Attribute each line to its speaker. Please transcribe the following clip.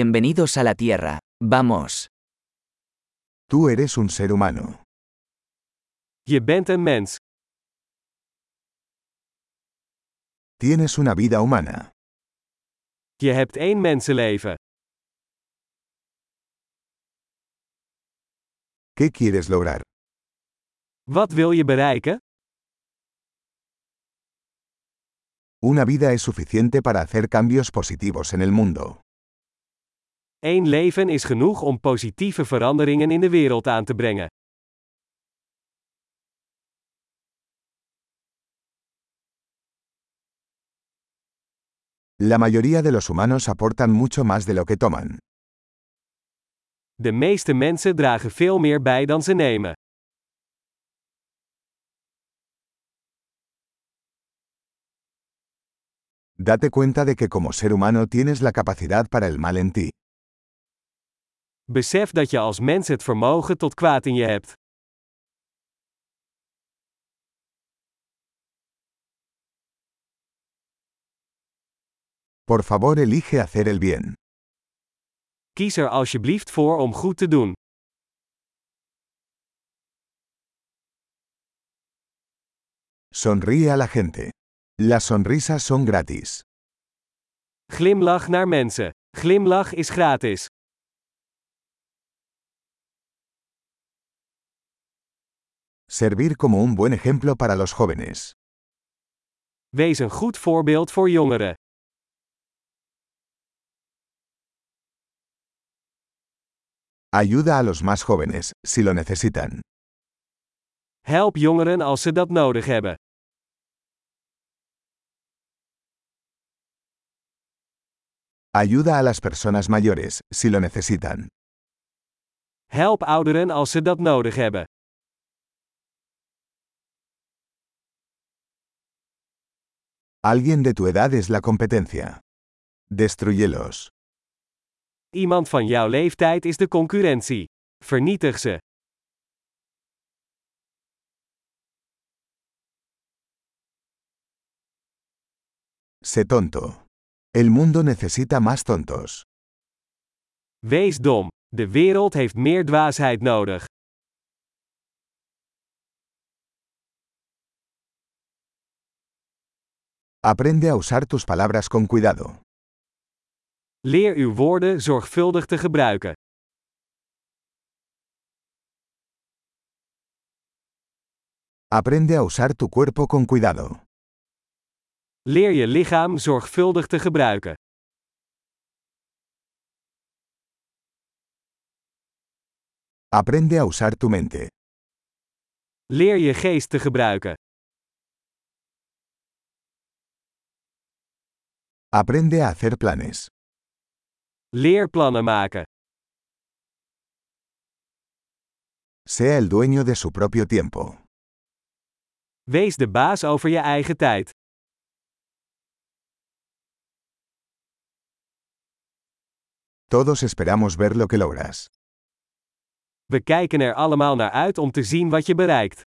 Speaker 1: Bienvenidos a la Tierra. Vamos.
Speaker 2: Tú eres un ser humano.
Speaker 3: Je bent een mens.
Speaker 2: Tienes una vida humana.
Speaker 3: Je hebt één mensenleven.
Speaker 2: ¿Qué quieres lograr?
Speaker 3: Wat wil je bereiken?
Speaker 2: Una vida es suficiente para hacer cambios positivos en el mundo.
Speaker 3: Eén leven is genoeg om positieve veranderingen in de wereld aan te brengen.
Speaker 2: La mayoría de los humanos aportan mucho más de lo que toman.
Speaker 3: De meeste mensen dragen veel meer bij dan ze nemen.
Speaker 2: Date cuenta de que como ser humano tienes la capacidad para el mal en ti.
Speaker 3: Besef dat je als mens het vermogen tot kwaad in je hebt.
Speaker 2: Por favor, elige hacer el bien.
Speaker 3: Kies er alsjeblieft voor om goed te doen.
Speaker 2: Sonríe a la gente. Las sonrisas son gratis.
Speaker 3: Glimlach naar mensen. Glimlach is gratis.
Speaker 2: Servir como un buen ejemplo para los jóvenes.
Speaker 3: Wees een goed voorbeeld voor jongeren.
Speaker 2: Ayuda a los más jóvenes, si lo necesitan.
Speaker 3: Help jongeren als ze dat nodig hebben.
Speaker 2: Ayuda a las personas mayores, si lo necesitan.
Speaker 3: Help ouderen als ze dat nodig hebben.
Speaker 2: Alguien de tu edad es la competencia. Destruyelos.
Speaker 3: Iemand van jouw leeftijd is de concurrentie. Vernietig ze.
Speaker 2: Sé tonto. El mundo necesita más tontos.
Speaker 3: Wees dom. De wereld heeft meer dwaasheid nodig.
Speaker 2: Aprende a usar tus palabras con cuidado.
Speaker 3: Leer uw woorden zorgvuldig te gebruiken.
Speaker 2: Aprende a usar tu cuerpo con cuidado.
Speaker 3: Leer je lichaam zorgvuldig te gebruiken.
Speaker 2: Aprende a usar tu mente.
Speaker 3: Leer je geest te gebruiken.
Speaker 2: Aprende a hacer planes.
Speaker 3: Leer plannen maken.
Speaker 2: Sea el dueño de su propio tiempo.
Speaker 3: Wees de baas over je eigen tijd.
Speaker 2: Todos esperamos ver lo que logras.
Speaker 3: We kijken er allemaal naar uit om te zien wat je bereikt.